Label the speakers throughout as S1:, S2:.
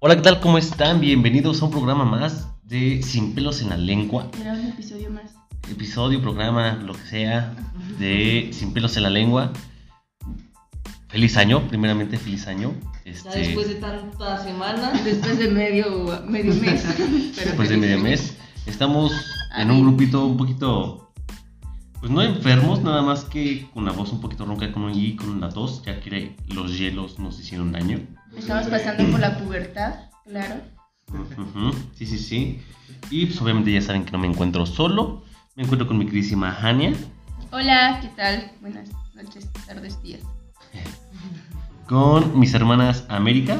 S1: Hola, ¿qué tal? ¿Cómo están? Bienvenidos a un programa más de Sin pelos en la lengua.
S2: Era un episodio más.
S1: Episodio, programa, lo que sea, de Sin pelos en la lengua. Feliz año, primeramente feliz año.
S3: Ya
S1: Este,
S3: después de tantas semanas.
S2: Después de medio, medio mes. Pero
S1: después de medio mes. Estamos en un grupito un poquito, pues no enfermos, nada más que con la voz un poquito ronca, con un y con la tos, ya que los hielos nos hicieron daño.
S2: Estamos pasando por la pubertad, claro.
S1: Ujú, Sí, sí, sí. Y pues obviamente ya saben que no me encuentro solo. Me encuentro con mi queridísima Hania.
S2: Hola, ¿qué tal? Buenas noches, tardes, días.
S1: Con mis hermanas América.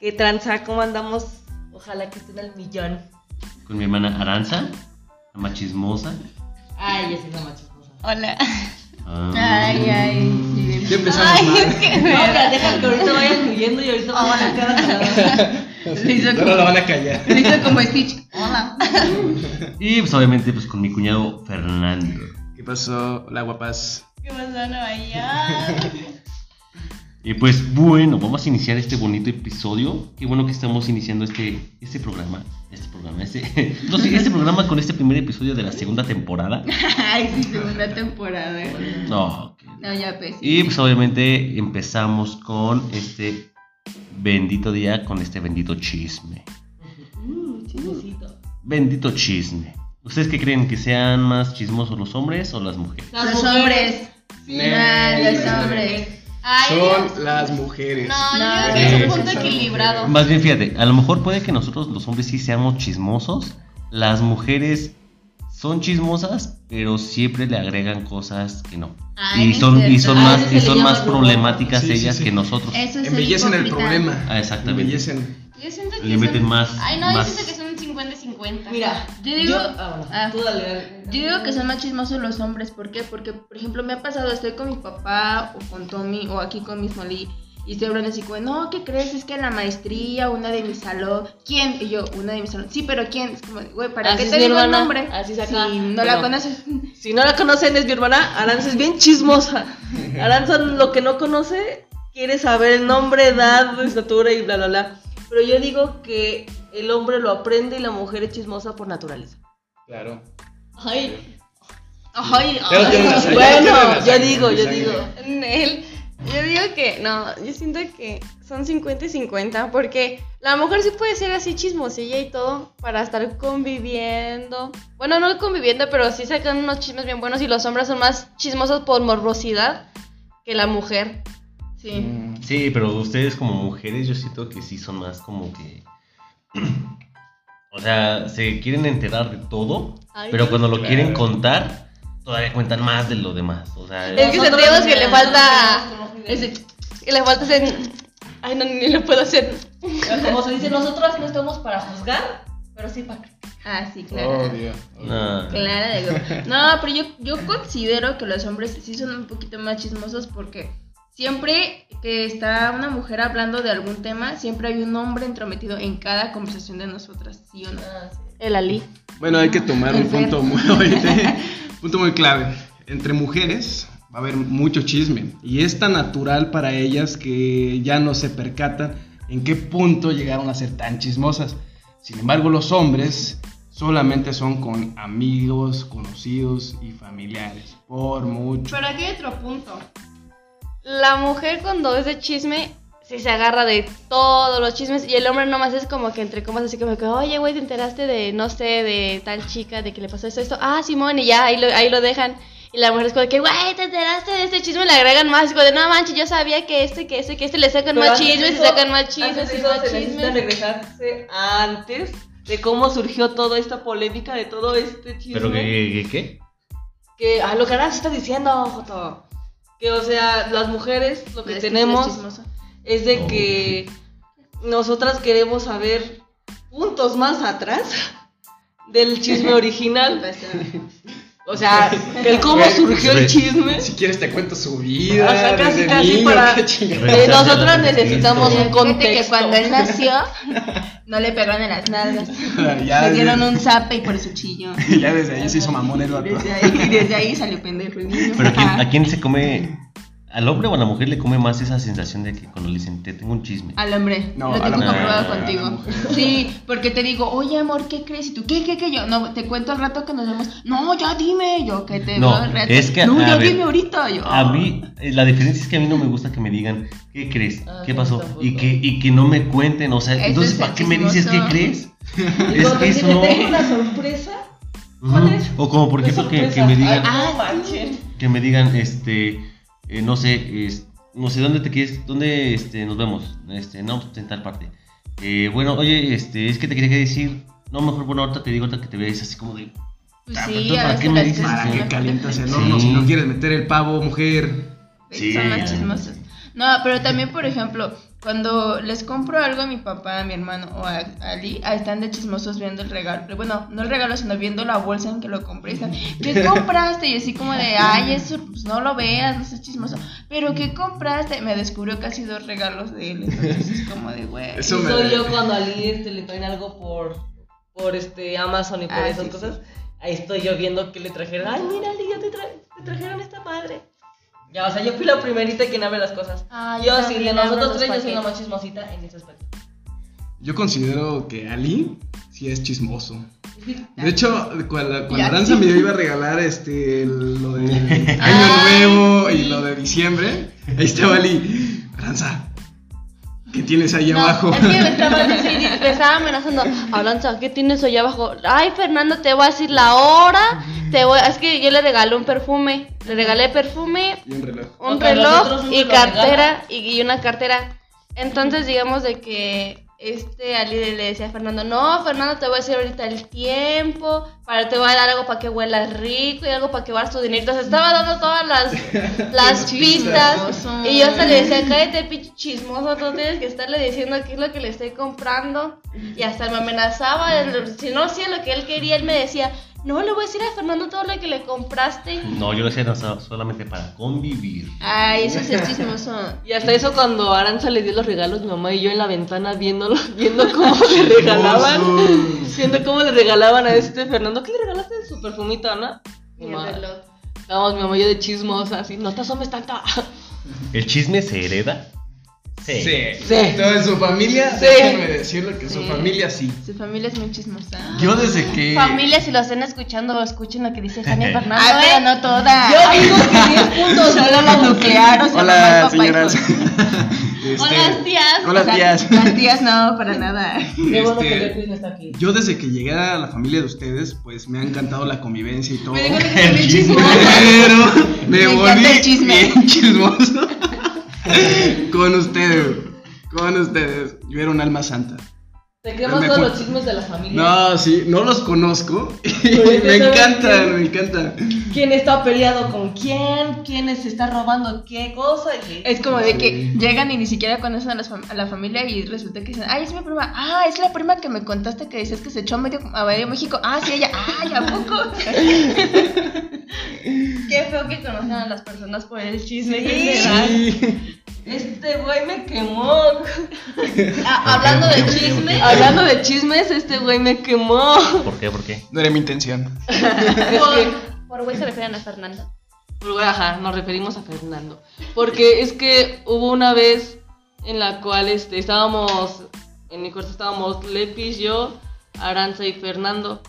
S3: ¿Qué tranza? ¿Cómo andamos? Ojalá que estén al millón.
S1: Con mi hermana Aranza. La machismosa.
S3: Ay, es una machicosa.
S2: Hola.
S1: Ah.
S2: Ay, ay. sí.
S4: Ya empezamos
S2: Ay,
S4: mal.
S2: es que-
S3: No, pero deja que ahorita vayan fluyendo y ahorita vamos a quedar
S2: Le hizo
S4: Ahora la
S2: como,
S4: van a callar.
S2: le hizo como Stitch. Hola.
S1: Y pues obviamente pues con mi cuñado Fernando.
S4: ¿Qué pasó? Hola, guapas.
S2: ¿Qué pasó, Nueva York?
S1: Y pues bueno, vamos a iniciar este bonito episodio. Qué bueno que estamos iniciando este, este programa. Este programa, este. No, sí, este programa con este primer episodio de la segunda temporada.
S2: Ay, sí, segunda temporada. ¿eh?
S1: No, qué
S2: No, ya pues. sí.
S1: Y pues obviamente empezamos con este bendito día, con este bendito chisme.
S3: Mm, chismecito.
S1: Bendito chisme. ¿Ustedes qué creen? ¿Que sean más chismosos los hombres o las mujeres?
S3: Las
S2: Los
S3: mujeres.
S2: hombres. Ah, los hombres. Ay,
S4: Son las mujeres.
S2: No,
S3: No,
S1: sí,
S2: yo creo que es
S1: sí,
S2: un punto
S4: son
S2: equilibrado.
S1: Más bien, fíjate, a lo mejor puede que nosotros los hombres sí seamos chismosos. Las mujeres son chismosas, pero siempre le agregan cosas que no.
S2: Ay,
S1: y,
S2: no es
S1: son, y
S2: cierto.
S1: son
S3: Ah,
S1: más,
S3: eso se
S1: y
S3: le
S1: son
S3: llama
S1: más
S3: lujo.
S1: problemáticas
S4: Sí, sí,
S1: ellas
S4: sí.
S1: que nosotros.
S2: Eso es ser
S4: Embellecen el
S2: hipócrita.
S4: problema.
S1: Ah, exactamente.
S4: Embellecen.
S2: Yo siento que
S1: Le meten
S2: son-
S1: más-
S2: Ay, no,
S1: más-
S2: yo siento que son un 50-50.
S3: Mira,
S2: yo digo,
S3: ah, bueno,
S2: ah,
S3: tú dale, dale.
S2: yo digo que son más chismosos los hombres, ¿por qué? Porque, por ejemplo, me ha pasado, estoy con mi papá o con Tommy o aquí con mis Molly y estoy hablando así como, no, ¿qué crees? Es que en la maestría, una de mi salón, ¿quién? Y yo, una de mi salón, sí, pero ¿quién? Es como, güey, ¿para
S3: Así
S2: qué
S3: es
S2: te
S3: mi
S2: digo el
S3: hermana,
S2: nombre?
S3: así es
S2: si
S3: acá,
S2: no
S3: pero-
S2: la conoces.
S3: Si no la conocen, es mi hermana. Aranza es bien chismosa. Aranza lo que no conoce quiere saber el nombre, edad, estatura y bla, bla, bla. Pero yo digo que el hombre lo aprende y la mujer es chismosa por naturaleza.
S4: Claro.
S3: Ay,
S2: Ay,
S4: Ya lo tienes así.
S3: bueno, yo digo, yo digo.
S5: Nel, yo digo que no, yo siento que son 50 y 50, porque la mujer sí puede ser así chismosilla y todo para estar conviviendo. Bueno, no conviviendo, pero sí sacan unos chismes bien buenos y los hombres son más chismosos por morbosidad que la mujer.
S2: sí.
S1: Sí, pero ustedes como mujeres yo siento que sí son más como que... O sea, se quieren enterar de todo,
S5: Ay,
S1: pero cuando lo
S4: claro.
S1: quieren contar, todavía cuentan más de lo demás. O sea,
S5: Es que sentimos que le falta.
S3: Ese-
S5: Que le falta hacer. Ay, no, ni lo puedo hacer.
S3: Como se dice, nosotras no estamos para juzgar, pero sí para.
S2: Ah, sí, claro.
S4: Oh, Dios.
S1: no.
S2: Claro, digo. No, pero yo, yo considero que los hombres sí son un poquito más chismosos porque siempre que está una mujer hablando de algún tema, siempre hay un hombre entrometido en cada conversación de nosotras, ¿sí o no?
S5: El Ali.
S4: Bueno, hay que tomar un punto muy, oíste, punto muy clave. Entre mujeres va a haber mucho chisme y es tan natural para ellas que ya no se percatan en qué punto llegaron a ser tan chismosas. Sin embargo, los hombres solamente son con amigos, conocidos y familiares, por mucho.
S2: Pero aquí hay otro punto.
S5: La mujer cuando es de chisme, sí se agarra de todos los chismes y el hombre nomás es como que entre comas así como que, oye, güey, te enteraste de, no sé, de tal chica, de que le pasó esto, esto, ah, Simón, y ya, ahí lo, ahí lo dejan. Y la mujer es como que, güey, te enteraste de este chisme, le agregan más, como de, no manches, yo sabía que este, que este, que este, le sacan más chismes, y sacan más chismes, y más
S3: se necesita
S5: chismes.
S3: regresarse antes de cómo surgió toda esta polémica, de todo este chisme.
S1: ¿Pero qué? qué, qué?
S3: que a lo que ahora se está diciendo, Joto. Que, o sea, las mujeres lo que
S2: Es que es
S3: tenemos
S2: chismoso.
S3: es de
S1: No.
S3: que nosotras queremos saber puntos más atrás del chisme original. O sea, el cómo
S4: Güey,
S3: surgió el
S1: pues,
S3: chisme.
S4: Si quieres te cuento su vida.
S3: Ajá, casi,
S4: desde
S3: casi
S4: niño,
S3: para-
S4: qué chingada.
S1: Regresarse
S3: Eh, nosotras
S1: a lo que
S3: necesitamos
S1: es
S3: un-
S2: Fíjate que
S3: contexto.
S2: cuando él nació, no le pegaron en las nalgas.
S4: Ya
S2: le
S4: desde-
S2: dieron un zape y por eso chilló.
S4: Ya desde ahí se hizo mamón el
S2: Y
S4: vato.
S2: desde ahí, y desde ahí salió pendejo el niño.
S1: ¿Pero quién- a quién se come al hombre o a la mujer le come más esa sensación de que cuando le dicen, te tengo un chisme.
S2: Al hombre,
S4: No,
S2: lo
S4: a
S2: tengo
S4: la
S1: mujer, a
S2: comprobado
S1: la
S2: contigo.
S4: mujer.
S2: Sí, porque te digo, oye amor, ¿qué crees? Y tú, ¿qué, qué, qué? Yo, no, te cuento al rato que nos vemos. No, ya dime, yo, que te
S1: No,
S2: veo al rato.
S1: es que,
S2: no,
S1: a
S2: ya
S1: ver,
S2: dime ahorita, yo.
S1: A mí, eh, la diferencia es que a mí no me gusta que me digan, ¿qué crees?
S3: Ah,
S1: ¿Qué
S3: yo
S1: pasó?
S3: tampoco.
S1: Y que, y que no me cuenten, o sea,
S2: Eso
S1: entonces,
S2: es
S1: ¿para qué me dices qué
S2: chismoso.
S1: crees?
S3: Y
S1: Es
S3: cuando
S1: que eso
S3: dicen,
S1: no.
S3: "Te tengo una sorpresa. ¿Cuál
S1: Ujú.
S3: es?
S1: O como por
S3: Una
S1: ejemplo que, que
S3: sorpresa.
S1: me digan,
S3: Ay, no
S2: Ah,
S3: manchen.
S1: que me digan, este, eh, no sé, es- no sé dónde te quieres, dónde este, nos vemos, este, no, pues, en tal parte. Eh, bueno, oye, este, es que te quería que decir, no, mejor, bueno, ahorita te digo, ahorita que te veas así como de,
S2: Pues
S1: Ah, pero
S2: sí,
S1: entonces,
S2: a
S1: ¿para
S2: veces
S1: qué me
S2: las
S1: dices?
S2: cosas
S4: Para
S2: son
S4: que
S2: más-
S4: calientas el horno
S1: Sí.
S4: si no quieres meter el pavo, mujer.
S1: Sí,
S2: Son
S1: ya.
S2: más chismosos. No, pero también, por ejemplo, cuando les compro algo a mi papá, a mi hermano o a a Ali, ah, están de chismosos viendo el regalo. Bueno, no el regalo, sino viendo la bolsa en que lo compré. Están, ¿qué compraste? Y así como de, ay, eso, pues no lo veas, no seas chismoso. Pero ¿qué compraste? Me descubrió casi dos regalos de él. Entonces es como de, güey.
S3: Eso
S4: Eso me-
S3: soy yo cuando a Lee este, le traen algo por, por este Amazon y por
S2: Ah,
S3: esas
S2: sí,
S3: cosas. Ahí estoy yo viendo que le trajeron. Ay, mira, Lee, ya te, tra- te trajeron esta madre. Ya, o sea, yo fui la primerita quien abre las cosas.
S2: Ah,
S3: yo,
S2: yo
S3: sí, de
S2: también abro
S3: nosotros
S2: los
S3: tres, yo soy la
S2: paquetes.
S3: más chismosita en ese aspecto.
S4: Yo considero que Ali sí es chismoso. De hecho, cuando, cuando
S2: Ya.
S4: Aranza me iba a regalar este, el- lo de Año
S2: Ay,
S4: Nuevo y
S2: sí.
S4: lo de diciembre, ahí estaba Ali. Aranza, ¿qué tienes ahí
S5: No,
S4: abajo?
S5: Es que me estaba, sí, sí, me estaba amenazando. Aranza, ¿qué tienes allá abajo? Ay, Fernando, te voy a decir la hora. Te voy... Es que yo le regalé un perfume. Le regalé perfume,
S4: y un reloj.
S5: un
S3: O sea, nosotros
S5: reloj
S3: no
S5: y
S3: lo
S5: cartera y, y una cartera. Entonces, digamos de que este Ali le decía a Fernando, no, Fernando, te voy a decir ahorita el tiempo, para te voy a dar algo para que huelas rico y algo para que guardes tu dinero. Se estaba dando todas las, las pistas.
S2: Chismoso.
S5: Y yo hasta le decía, cállate, pinche chismoso, tú tienes que estarle diciendo qué es lo que le estoy comprando. Y hasta me amenazaba, si no hacía lo que él quería, él me decía, no, le voy a decir a Fernando todo lo que le compraste.
S1: no, yo lo hacía no, solamente para convivir.
S2: Ay, eso sí es chismoso.
S3: Y hasta eso cuando Aranza le dio los regalos, mi mamá y yo en la ventana viéndolo, viendo cómo le regalaban,
S4: Hermosos.
S3: viendo cómo le regalaban a este Fernando, ¿qué le regalaste de su perfumito, Ana?
S5: Y el reloj.
S3: Vamos, mi mamá, yo de chismosa, así, no te asomes tanta.
S1: ¿El chisme se hereda?
S4: Sí.
S3: Sí.
S4: Entonces, su familia,
S3: Sí.
S4: déjenme decirle que su
S2: Sí.
S4: familia sí.
S2: Su familia es muy chismosa.
S4: Yo desde que.
S5: Familia, si lo están escuchando, escuchen lo que dice Fanny Fernando.
S2: Ay, pero
S5: ¿eh?
S2: Ah, no Ah, toda.
S3: Yo digo que 10 puntos,
S2: Solo la
S4: Este,
S2: nuclear, o sea, mamá y
S4: Hola,
S2: papá y
S4: señoras.
S2: todo.
S4: Este,
S5: Hola, tías.
S4: Hola,
S2: O sea,
S4: tías.
S2: Las tías no, para nada.
S3: Qué bueno que
S4: Este,
S3: Jeffrey no está aquí.
S4: Yo desde que llegué a la familia de ustedes, pues me ha encantado la convivencia y todo.
S2: Me dijeron que
S1: El
S2: también chismosa.
S4: Pero
S2: Me
S4: me
S2: encanta el
S4: volví
S2: chisme.
S4: bien chismoso con ustedes. Con ustedes. Yo era un alma santa.
S3: Te queremos
S4: me
S3: todos
S4: fue-
S3: los chismes de la familia.
S4: No, sí, no los conozco.
S3: es que
S4: me
S3: sabes
S4: encantan,
S3: que-
S4: me encantan.
S3: ¿Quién está peleado con quién? ¿Quién se está robando qué cosa? Y-
S2: Es como de que
S4: Sí.
S2: llegan y ni siquiera conocen a, las fam- a la familia y resulta que dicen, ay, es mi prima, ah, es la prima que me contaste que decías que se echó a medio, a medio México, ah, sí, ella, ay, ¿a poco?
S5: Qué feo que conozcan a las personas por el chisme. que
S3: Sí.
S5: se dan.
S3: Este güey me quemó.
S5: Ah, hablando de
S1: Ok, ok,
S5: chisme,
S1: ok.
S3: Hablando de chismes, este güey me quemó.
S1: ¿Por qué? ¿Por qué?
S4: No era mi intención.
S5: por- por güey se refieren a Fernando.
S3: Pues, güey, ajá, nos referimos a Fernando. Porque es que hubo una vez en la cual este, estábamos, en mi cuarto estábamos Lepis, yo, Aranza y Fernando.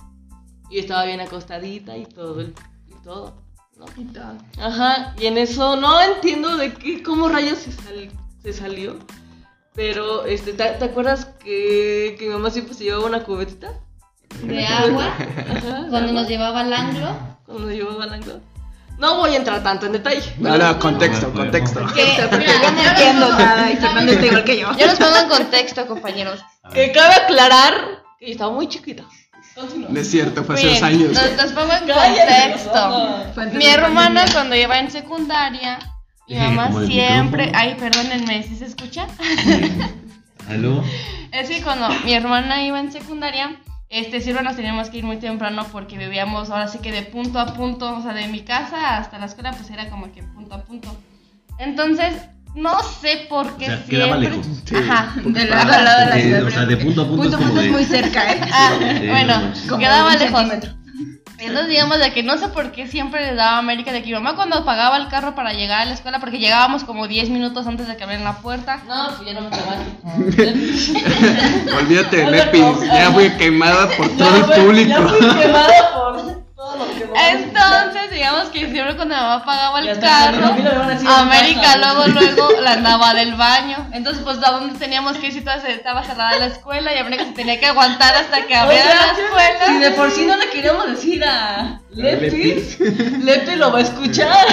S3: Y estaba bien acostadita y todo, el- y todo, ¿no?
S2: Y todo.
S3: Ajá, y en eso no entiendo de qué, cómo rayos se, sal- se salió. Pero, este, ¿te, te acuerdas que, que mi mamá siempre se llevaba una cubetita?
S5: De agua,
S3: Ajá,
S5: cuando nos llevaba al anglo.
S3: cuando nos llevaba al ángulo. No voy a entrar tanto en detalle.
S4: No, no, contexto,
S1: No me acuerdo.
S4: contexto.
S5: Que,
S3: Porque
S5: mira,
S2: Yo no entiendo nada y Fernando está igual que yo.
S5: Yo los pongo en contexto, compañeros.
S1: A
S3: Que
S1: ver,
S3: cabe aclarar que yo estaba muy chiquita.
S4: No es cierto, fue hace dos
S5: Miren,
S4: años.
S5: Los, los pongo en
S3: Cállate,
S5: contexto.
S3: mamá.
S2: Cuéntanos,
S5: Mi hermana cuando iba en secundaria, mi
S1: Deje
S5: mamá
S1: como el
S5: siempre...
S1: micrófono.
S5: Ay, perdónenme, si se escucha?
S1: ¿Aló?
S5: Es que cuando mi hermana iba en secundaria, este siempre nos teníamos que ir muy temprano porque vivíamos ahora sí que de punto a punto, o sea, de mi casa hasta la escuela pues era como que punto a punto. Entonces, no sé por
S1: O
S5: qué
S1: sea, quedaba
S5: siempre
S1: lejos.
S5: Ajá.
S2: De lado a lado de la
S1: Porque,
S2: ciudad.
S1: o sea, de punto a punto es
S2: punto a
S1: como
S2: punto es
S1: de-
S2: muy cerca, ¿eh?
S5: Ah,
S1: Sí,
S5: bueno,
S1: no manches.
S2: Como
S5: quedaba
S2: un
S5: lejos.
S2: centímetro.
S5: Entonces, digamos, de que no sé por qué siempre le daba a América de que mi mamá cuando pagaba el carro para llegar a la escuela, porque llegábamos como 10 minutos antes de que abrieran la puerta.
S3: No, pues ya no me
S4: Olvídate del EPI, ya fui quemada por todo el
S3: Ah, Ya
S4: público.
S3: fui quemada por todo lo que
S5: Entonces, digamos que siempre cuando mi mamá pagaba
S3: Ya
S5: el
S3: está,
S5: carro,
S3: a mí no me van a decir
S5: América
S3: nada.
S5: luego, luego la andaba del baño. Entonces, pues, ¿a dónde teníamos que ir si toda se- estaba cerrada la escuela y América se tenía que aguantar hasta que
S3: O sea,
S5: abrieran la escuela?
S3: Si de por sí no le queríamos decir a Lepi,
S4: Lepi.
S3: Lepi lo va a escuchar.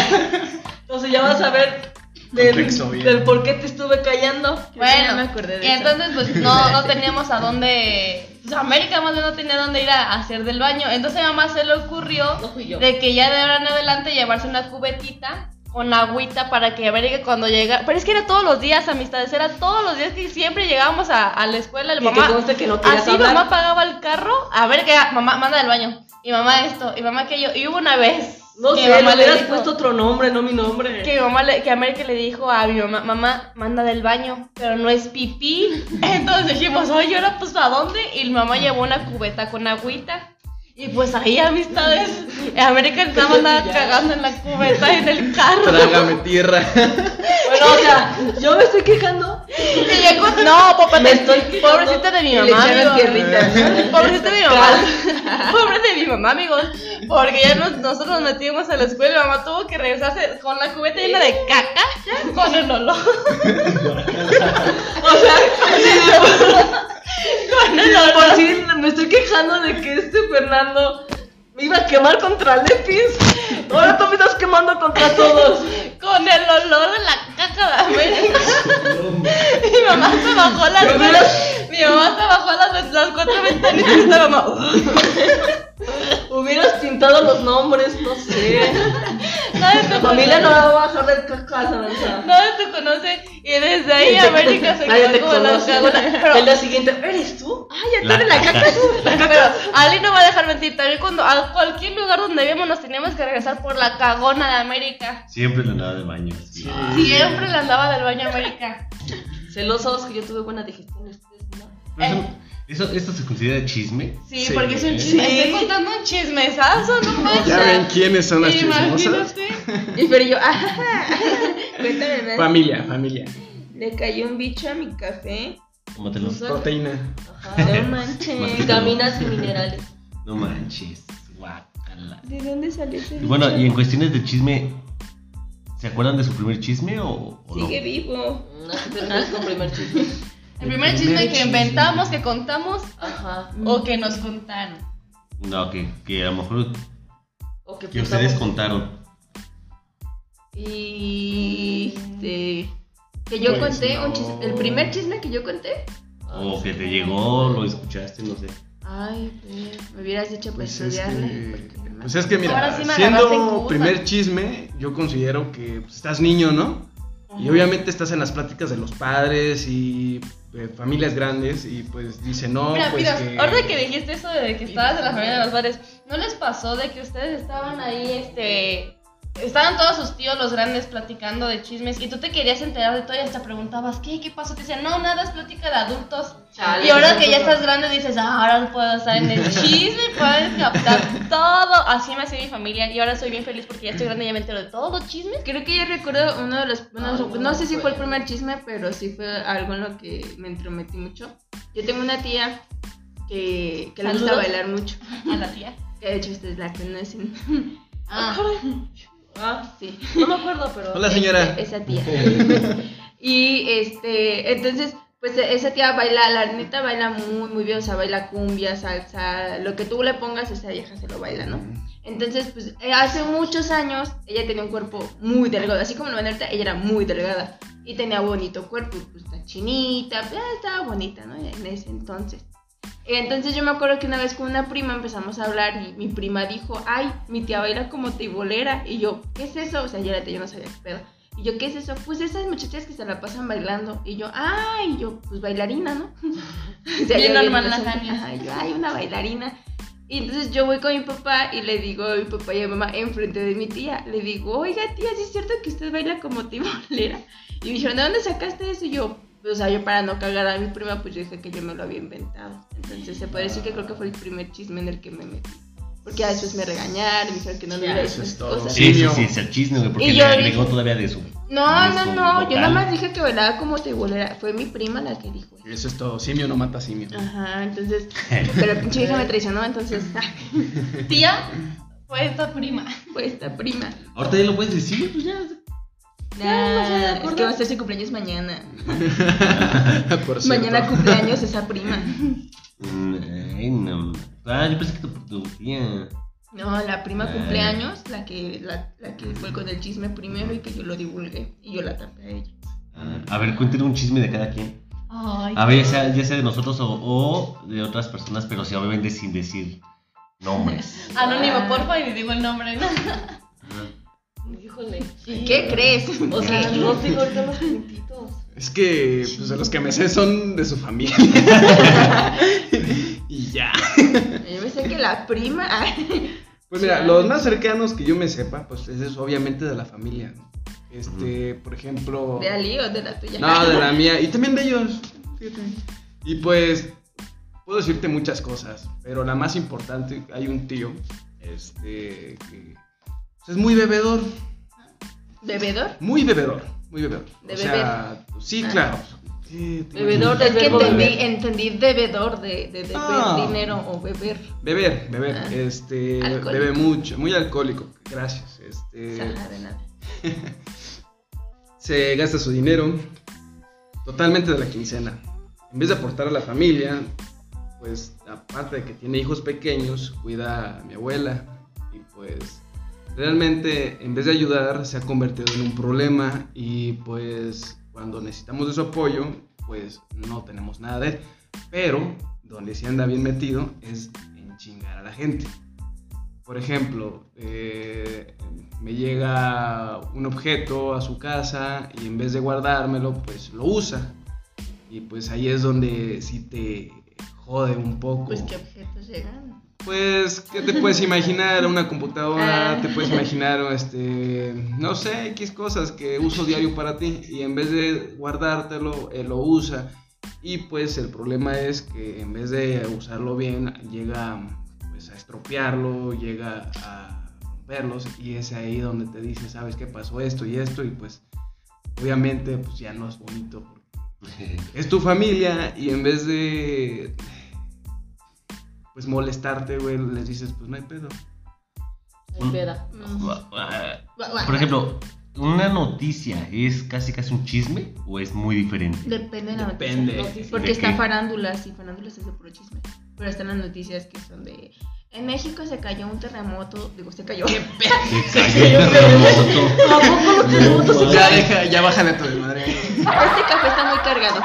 S3: Entonces ya vas a ver del,
S4: Contexto bien.
S3: del por qué te estuve callando.
S5: Bueno,
S3: Ya me acordé de
S5: y
S3: eso.
S5: entonces pues no, no teníamos a dónde, pues América más bien no tenía dónde ir a hacer del baño, entonces a mi mamá se le ocurrió
S3: No fui yo.
S5: de que ya de ahora en adelante llevarse una cubetita con agüita para que América cuando llega, pero es que era todos los días, amistades, era todos los días que siempre llegábamos a, a la escuela,
S3: Y
S5: la
S3: que
S5: mamá,
S3: conste que no querías
S5: así
S3: hablar.
S5: mamá pagaba el carro, a ver que mamá manda del baño, y mamá esto, y mamá aquello, y hubo una vez
S3: no
S5: que
S3: sé,
S5: mi mamá
S3: le
S5: le
S3: hubieras
S5: dijo-
S3: puesto otro nombre, no mi nombre.
S5: que mi mamá le- que América le dijo a mi mamá, mamá, manda del baño, pero no es pipí. Entonces dijimos, oye, ahora pues a dónde? Y mi mamá llevó una cubeta con agüita. Y pues ahí amistades, América estaba andaba cagando en la cubeta en el carro.
S4: Trágame tierra.
S3: Bueno, o sea, yo me estoy quejando.
S5: Y llegó, no, papá,
S3: Me estoy quejando
S5: pobrecita de mi
S3: y le
S5: mamá.
S3: echaron
S5: amigo.
S3: tierrita.
S5: Pobrecita de mi mamá. Pobre de mi mamá, amigos. Porque ya nos- nosotros nos metimos a la escuela y mi mamá tuvo que regresarse con la cubeta llena de caca, con el olor.
S3: O sea,
S5: Con el olor.
S3: por si me estoy quejando de que este Fernando me iba a quemar contra Lepis. Ahora tú me estás quemando contra todos.
S5: Con el olor de la caca de América. Mi mamá se bajó las Mi mamá se bajó las, las cuatro ventanitas y estaba mamá.
S3: Hubieras pintado los nombres, no sé.
S5: Nadie te
S3: Tu familia
S5: conoce.
S3: no va a bajar de caca, Samantha.
S5: Nadie te conoce. Y desde ahí América se
S3: Nadie te
S5: quedó como la
S3: conoce.
S5: cagona. Pero
S3: El día siguiente, ¿eres tú? Ay, ya
S1: La
S3: está en la caca.
S5: Pero Ali no va a dejar mentir. También cuando a cualquier lugar donde íbamos nos teníamos que regresar por la cagona de América.
S1: Siempre le andaba del baño. sí.
S5: Siempre la andaba del baño a América.
S3: Celosos que yo tuve buena digestión. ustedes no.
S1: Eso,
S2: Eh.
S1: eso- ¿Esto se considera chisme?
S5: Sí,
S4: Sí.
S5: porque es un chisme.
S3: Sí.
S5: Estoy contando un chismesazo, no manches.
S4: Ya ven quiénes son las chismosas.
S5: Imagínate.
S2: Y pero yo,
S3: "Ah,
S2: ajá, cuéntame más.
S4: Familia, familia.
S2: Le cayó un bicho a mi café.
S1: Tómatelo.
S4: Proteína.
S3: Ajá.
S2: No manches.
S3: Vitaminas y minerales.
S1: No manches. Guacala.
S2: ¿De dónde salió ese
S1: Y
S2: bicho?
S1: bueno, y en cuestiones de chisme, ¿se acuerdan de su primer chisme o, o no?
S2: Sigue vivo.
S3: No sé, pero no es Mm, con primer chisme.
S5: El primer chisme que inventamos, que contamos
S3: Ajá.
S5: o que nos contaron.
S1: No, que, que a lo mejor
S3: O que
S1: que ustedes
S3: pintamos-
S1: contaron.
S2: Y este. Que yo
S4: Pues
S2: conté, un
S4: no.
S2: chis- el primer chisme que yo conté. Ah,
S1: O que te llegó, lo escuchaste, no sé.
S2: Ay, pues, me hubieras dicho para
S4: Pues es,
S2: estudiarle.
S4: que,
S2: porque no
S4: pues es que mira,
S5: ¿eh? Ahora sí me agarraste en
S4: siendo
S5: curva.
S4: primer chisme, yo considero que pues, estás niño, ¿no? Y obviamente estás en las pláticas de los padres y eh, familias grandes y pues dicen, no,
S5: Mira,
S4: pues
S5: mira,
S4: que...
S5: ahorita que dijiste eso de que estabas en la familia de los padres, ¿no les pasó de que ustedes estaban ahí, este, estaban todos sus tíos, los grandes, platicando de chismes y tú te querías enterar de todo y hasta preguntabas, ¿qué? ¿Qué pasó? Te decían, no, nada, es plática de adultos.
S3: Chale,
S5: Y ahora
S3: pues,
S5: que ya
S3: nosotros-
S5: estás grande dices, ah, ahora puedo estar en el chisme, puedes captar todo. Así me hacía mi familia y ahora soy bien feliz porque ya estoy grande y ya me entero de todos los chismes.
S2: Creo que yo recuerdo uno de los. uno-
S3: Ay,
S2: no
S3: no
S2: sé si
S3: fue.
S2: fue el primer chisme, pero sí fue algo en lo que me entrometí mucho. Yo tengo una tía que, que le gusta
S5: Saludos.
S2: bailar mucho.
S5: A la tía.
S2: Que de hecho ustedes la conocen.
S5: Ah,
S3: Ah,
S2: Sí.
S3: no me acuerdo, pero.
S4: Hola señora.
S2: Este, esa tía. y este, entonces, pues esa tía baila, la neta baila muy, muy bien. O sea, baila cumbia, salsa, lo que tú le pongas, esa vieja se lo baila, ¿no? Entonces, pues eh, hace muchos años ella tenía un cuerpo muy delgado, así como la ven ahorita, ella era muy delgada y tenía bonito cuerpo, pues está chinita, pues, ah, estaba bonita, ¿no? En ese entonces. Entonces yo me acuerdo que una vez con una prima empezamos a hablar y mi prima dijo, ay, mi tía baila como tibolera. Y yo, ¿qué es eso? O sea, yo, la tía, yo no sabía qué pedo. Y yo, ¿qué es eso? Pues esas muchachas que se la pasan bailando. Y yo, ay, y yo, pues bailarina, ¿no? O sea,
S5: Bien
S2: yo
S5: normal la
S2: inocente.
S5: Jania.
S2: Ajá, y yo, ay, una bailarina. Y entonces yo voy con mi papá y le digo a mi papá y a mi mamá enfrente de mi tía, le digo, oiga tía, ¿sí es cierto que usted baila como tibolera? Y me dijeron, ¿de dónde sacaste eso? Y yo, pues, o sea, yo para no cagar a mi prima, pues yo dije que yo me lo había inventado. Entonces se parece que creo que fue el primer chisme en el que me metí. Porque ya después me regañaron, me dijeron que no le hubiera dicho
S4: eso es
S2: esas
S4: todo.
S2: cosas.
S1: Sí, sí,
S4: mío.
S1: sí, es el chisme, güey, porque
S2: Y
S1: le
S2: yo
S1: agregó
S2: dije-
S1: todavía de su.
S2: No,
S1: de
S2: no,
S1: su
S2: no, yo nada
S1: vocal.
S2: más dije que bailaba como te volera. Fue mi prima la que dijo. eso.
S4: Eso es todo. Simio no mata simio.
S2: Ajá, entonces, pero la pinche vieja me traicionó, entonces,
S5: Tía, fue esta prima.
S2: fue esta prima.
S1: Ahorita ya lo puedes decir, pues ya.
S2: Nah,
S3: no sé, de
S2: es
S3: acuerdo.
S2: que va a ser su cumpleaños mañana.
S4: Por cierto.
S2: Mañana cumpleaños esa prima.
S1: Mm, ay, no. Ah, yo pensé que tu, tu tía.
S2: No, la prima
S1: Eh.
S2: cumpleaños, la que, la, la que fue con el chisme primero y que yo lo divulgué y yo la tapé a ella.
S1: Ah, A ver, cuéntenos un chisme de cada quien.
S5: Ay,
S1: A ver, ya sea, ya sea de nosotros o, o de otras personas, pero sí, obviamente sin decir nombres.
S2: Ah.
S5: Anónimo, porfa, y digo el nombre, ¿no?
S3: Híjole.
S2: ¿Qué crees?
S3: O sea,
S2: ¿Qué?
S3: no digo ahorita los puntitos.
S4: Es que pues, de los que me sé son de su familia. y ya.
S2: Yo pensé que la prima. ah,
S4: Pues mira, los más cercanos que yo me sepa, pues es eso, obviamente de la familia. ¿no? Este, por ejemplo.
S2: ¿De Ali o de la tuya?
S4: No, de la mía. Y también de ellos. Fíjate. Y pues, puedo decirte muchas cosas, pero la más importante, hay un tío, este, que pues, es muy bebedor,
S2: ¿Bebedor?
S4: muy bebedor, muy bebedor.
S2: ¿De
S4: o sea, sí,
S2: Ah.
S4: claro. Sí, te
S3: Bebedor
S4: imaginas.
S2: Es que
S3: verbo
S2: entendí,
S3: beber.
S2: entendí bebedor de, de beber
S4: Ah.
S2: dinero o beber.
S4: Beber, beber,
S2: Ah.
S4: este,
S2: Alcohólico.
S4: bebe mucho, muy alcohólico, gracias. Este,
S2: Ajá, Ah, de nada.
S4: se gasta su dinero totalmente de la quincena. En vez de aportar a la familia, pues aparte de que tiene hijos pequeños, cuida a mi abuela y pues realmente en vez de ayudar se ha convertido en un problema y pues cuando necesitamos de su apoyo, pues no tenemos nada de él. Pero donde sí anda bien metido es en chingar a la gente. Por ejemplo, eh, me llega un objeto a su casa y en vez de guardármelo, pues lo usa. Y pues ahí es donde sí te jode un poco.
S2: Pues qué objetos llegan.
S4: Pues, ¿qué te puedes imaginar? Una computadora,
S2: Ah.
S4: te puedes imaginar, este, no sé, X cosas que uso diario para ti y en vez de guardártelo, él lo usa. Y pues el problema es que en vez de usarlo bien, llega pues a estropearlo, llega a romperlos y es ahí donde te dice, ¿sabes qué pasó esto y esto? Y pues obviamente pues ya no es bonito porque es tu familia y en vez de pues molestarte, güey, les dices, pues no hay pedo.
S3: Ay, peda.
S1: Por ejemplo, ¿una noticia es casi casi un chisme o es muy diferente?
S2: Depende de la noticia.
S4: Depende.
S2: Noticias.
S1: ¿De
S2: Porque está
S1: qué?
S2: farándulas y farándulas es de puro chisme. Pero están las noticias que son de. En México se cayó un terremoto. Digo, se cayó.
S1: Se cayó un terremoto.
S3: ¿A poco los terremotos se
S4: Ya deja, ya bájale a tu desmadre.
S2: Este café está muy cargado.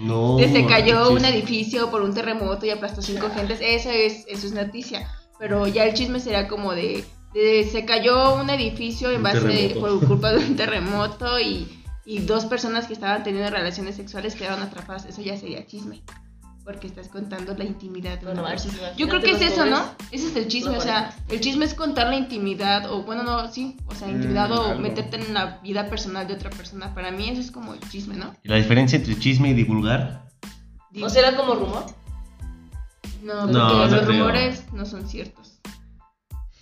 S1: No.
S2: Que se cayó
S1: manches.
S2: un edificio por un terremoto y aplastó cinco gentes. Esa es, eso es noticia. Pero ya el chisme será como de. de se cayó un edificio en
S1: Un
S2: base de-
S1: terremoto.
S2: por culpa de un terremoto y, y dos personas que estaban teniendo relaciones sexuales quedaron atrapadas. Eso ya sería chisme. Porque estás contando la intimidad de una
S3: Bueno,
S2: persona.
S3: manches,
S2: Yo creo
S3: imagínate
S2: que es
S3: los
S2: eso, ¿no?
S3: pobres.
S2: Ese es el chisme, o
S3: Los
S2: sea, el chisme es contar la intimidad, o bueno, no, sí, o sea, intimidad
S4: Mm,
S2: o
S4: algo.
S2: meterte en la vida personal de otra persona. Para mí eso es como el chisme, ¿no?
S1: ¿Y La diferencia entre chisme y divulgar.
S2: Digo,
S3: O sea, era como rumor.
S1: No,
S2: no, porque
S1: no
S2: los
S1: creo.
S2: rumores no son ciertos.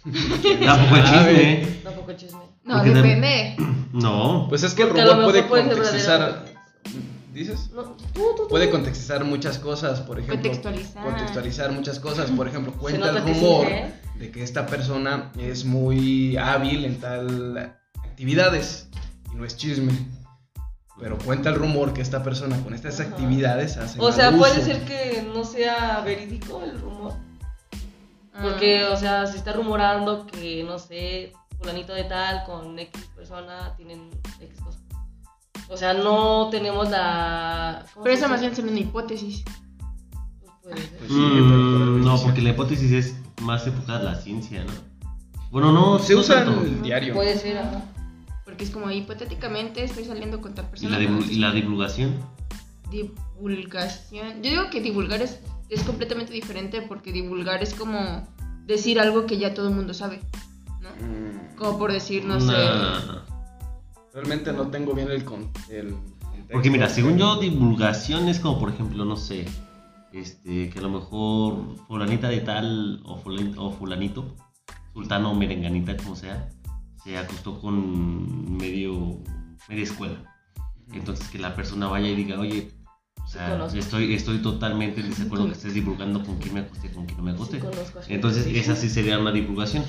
S1: Tampoco es
S4: sabe?
S1: chisme.
S3: Tampoco chisme.
S2: No,
S1: Porque de-
S2: depende.
S1: No.
S4: Pues es que el
S3: Porque a lo
S4: robot puede
S3: mejor puede ser
S4: contextualizar. ¿Dices?
S3: No, tú, tú, tú.
S4: Puede contextualizar muchas cosas, por ejemplo.
S2: Contextualizar.
S4: contextualizar muchas cosas. Por ejemplo, cuenta
S3: nota
S4: el
S3: que sí,
S4: rumor
S3: ¿eh?
S4: de que esta persona es muy hábil en tal actividades y no es chisme. Pero cuenta el rumor que esta persona con estas
S3: Ajá.
S4: actividades hace.
S3: O sea,
S4: mal
S3: puede
S4: uso.
S3: ser que no sea verídico el rumor.
S2: Ah,
S3: Porque, o sea, se está rumorando que, no sé, fulanito de tal con X persona tienen X cosa. O sea, no tenemos la... ¿cómo
S2: pero
S3: se
S2: esa más
S3: dice?
S2: bien sería una hipótesis.
S3: Puede ser.
S4: Pues sí,
S1: Mm,
S4: pero-
S1: no, porque la hipótesis es más enfocada a la ciencia, ¿no? Bueno, no.
S4: se
S1: no
S4: usa en
S1: tanto.
S4: el diario.
S3: Puede ser, ajá.
S2: Porque es como hipotéticamente estoy saliendo con tal
S1: ¿Y la,
S2: persona.
S1: divu- y la divulgación?
S2: divulgación. Yo digo que divulgar es, es completamente diferente porque divulgar es como decir algo que ya todo el mundo sabe, ¿no?
S4: Mm.
S2: Como por decir, no sé.
S1: Una-
S4: Realmente no tengo bien el, con, el contexto.
S1: Porque mira, según yo, divulgación es como, por ejemplo, no sé, este, que a lo mejor fulanita de tal o, fulan- o fulanito, sultano o merenganita, como sea, se acostó con medio, media escuela. Entonces que la persona vaya y diga, oye, o
S3: Sí,
S1: sea,
S3: conozco.
S1: estoy, estoy totalmente en desacuerdo que estés divulgando con quién me acosté, con quién no me acosté.
S3: conozco a gente
S1: Entonces
S3: así.
S1: esa sí sería una divulgación.